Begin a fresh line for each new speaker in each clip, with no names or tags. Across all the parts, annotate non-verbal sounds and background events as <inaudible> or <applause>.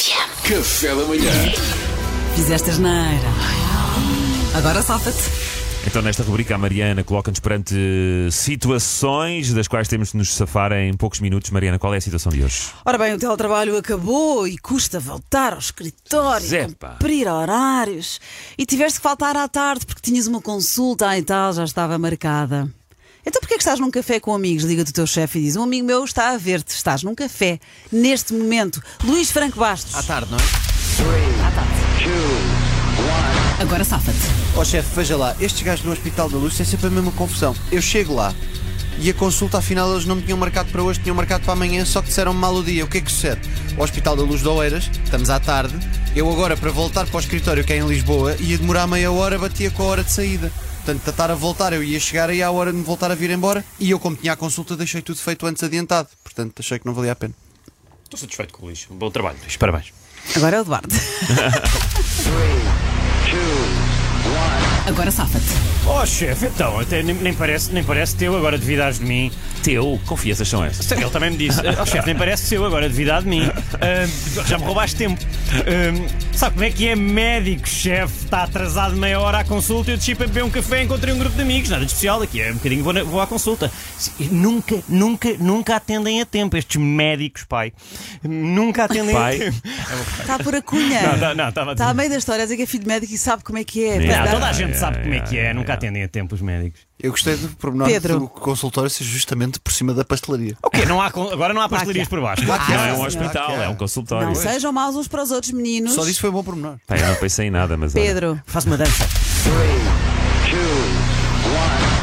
Café da manhã.
Fizeste asneira. Agora safa-te.
Então, nesta rubrica, a Mariana coloca-nos perante eh, situações das quais temos de nos safar em poucos minutos. Mariana, qual é a situação de hoje?
Ora bem, o teletrabalho acabou e custa voltar ao escritório,
Zepa.
cumprir horários. E tiveste que faltar à tarde porque tinhas uma consulta e tal, já estava marcada. Então porquê é que estás num café com amigos? Liga-te o teu chefe e diz: Um amigo meu está a ver-te, estás num café, neste momento. Luís Franco Bastos.
À tarde, não é?
Agora safa-te.
Ó chefe, veja lá, estes gajos do Hospital da Luz têm sempre a mesma confusão. Eu chego lá e a consulta afinal eles não me tinham marcado para hoje, tinham marcado para amanhã, só que disseram-me mal o dia. O que é que sucede? O Hospital da Luz de Oeiras, estamos à tarde, eu agora para voltar para o escritório que é em Lisboa ia demorar meia hora, batia com a hora de saída. Portanto, a estar a voltar, eu ia chegar e à hora de me voltar a vir embora e eu, como tinha a consulta, deixei tudo feito antes adiantado. Portanto, achei que não valia a pena.
Estou satisfeito com o Luís. Bom trabalho, Luís. Parabéns.
Agora é o Eduardo. <laughs> Agora safa-te.
Oh, chefe, então, até nem, nem parece, nem parece teu, agora duvidares de mim.
Teu, confianças são estas?
Ele também me disse, oh, chefe, nem parece teu, agora duvidar de mim. Ah, já me roubaste tempo. Ah, sabe como é que é médico, chefe? Está atrasado meia hora à consulta, eu desci para beber um café, encontrei um grupo de amigos, nada de especial, aqui é um bocadinho, vou, na- vou à consulta. Sim, Nunca, nunca, nunca atendem a tempo, estes médicos, pai. Nunca atendem
Pai.
a <laughs> tempo.
Está por a cunha.
Não, tá não, não, estava a
Está a
dizer.
meio da história, a dizer que é filho de médico e sabe como é que é.
Não,
Pois dá.
Não, Ah, toda a gente sabe
Ai,
como é que é,
ai,
nunca
ai.
atendem a tempo os médicos.
Eu gostei do pormenor
Pedro. Ah,
do consultório ser justamente por cima da pastelaria.
Ok, não há, con- agora não há pastelarias
há.
por baixo.
Lá que
Não,
há.
é um
Lá que
hospital,
há.
é um assim. consultório.
Não sejam maus uns para os outros, meninos.
Só disso foi um bom pormenor.
Pá, eu não pensei em nada, mas. olha.
Pedro,
Faz uma dança.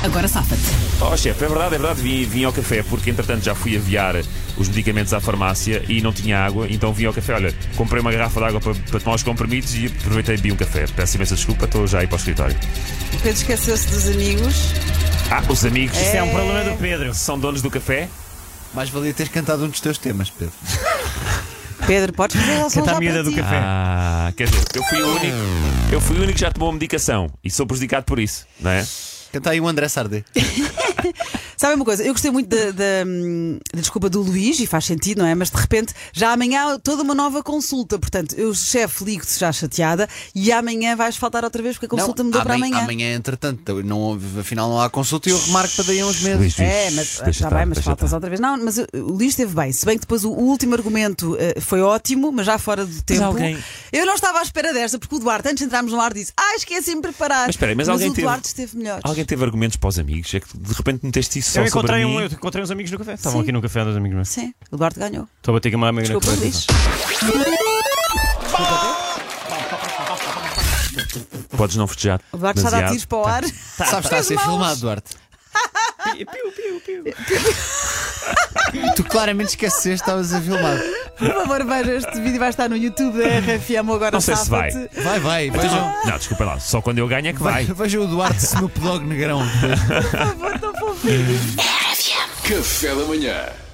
agora safa-te.
Oh, chefe, é verdade, é verdade. Vim, vim ao café porque, entretanto, já fui aviar os medicamentos à farmácia e não tinha água. Então vim ao café. Olha, comprei uma garrafa de água para, para tomar os comprimidos e aproveitei e bebi um café. Peço imensa desculpa, estou já aí para o escritório.
O Pedro esqueceu-se dos amigos.
Ah, os amigos
Isso é um problema do Pedro.
são donos do café?
Mais valia teres cantado um dos teus temas, Pedro.
Pedro, podes fazer eles vão Então já
Canta é a tá miúda
para
do
ti.
café.
Ah, quer dizer, eu fui o único, eu fui o único que já tomou medicação e sou prejudicado por isso, não é?
Canta aí o André Sardé.
Sabe uma coisa? Eu gostei muito da, da, hum, da desculpa do Luís e faz sentido, não é? Mas de repente, já amanhã há toda uma nova consulta. Portanto, eu, chefe, ligo-te já chateada e amanhã vais faltar outra vez porque a consulta mudou para amanhã.
Amanhã, entretanto, não, houve- afinal não há consulta e eu remarco para daí a uns meses.
É, mas
Deixa
está
estar,
bem, mas
deixa
faltas
estar.
outra vez. Não, mas uh, o Luís esteve bem. Se bem que depois o último argumento uh, foi ótimo, mas já fora do tempo.
alguém-
Eu não estava à espera desta, porque o Duarte, antes de entrarmos no ar, disse: Ah, esqueci-me de preparar.
Mas espera aí, mas alguém
o
teve-
Duarte esteve melhor.
Alguém teve argumentos para os amigos? É que de repente meteste isso só
Eu
sobre
encontrei,
mim?
um, eu encontrei uns amigos no café. Estavam
Sim.
aqui no café dos amigos meus.
Sim, o Duarte ganhou.
Estou a bater com uma amiga
Desculpa,
na
Luís.
Podes não festejar.
O Duarte está a dar
demasiado. Tá.
tiros para o ar.
Sabes, está a ser
Os tá. maus.
filmado,
<laughs>
Duarte. tu claramente esqueceste que estavas a filmar.
Por favor, veja este vídeo, vai estar no YouTube da RFM agora.
Não sei se vai.
safa-te.
Vai, vai, vejam.
Não, desculpa lá, só quando eu ganho é que Então, vai.
Vejam o Duarte Snoop Dogg negrão.
Por favor, não fofinho.
Café da manhã.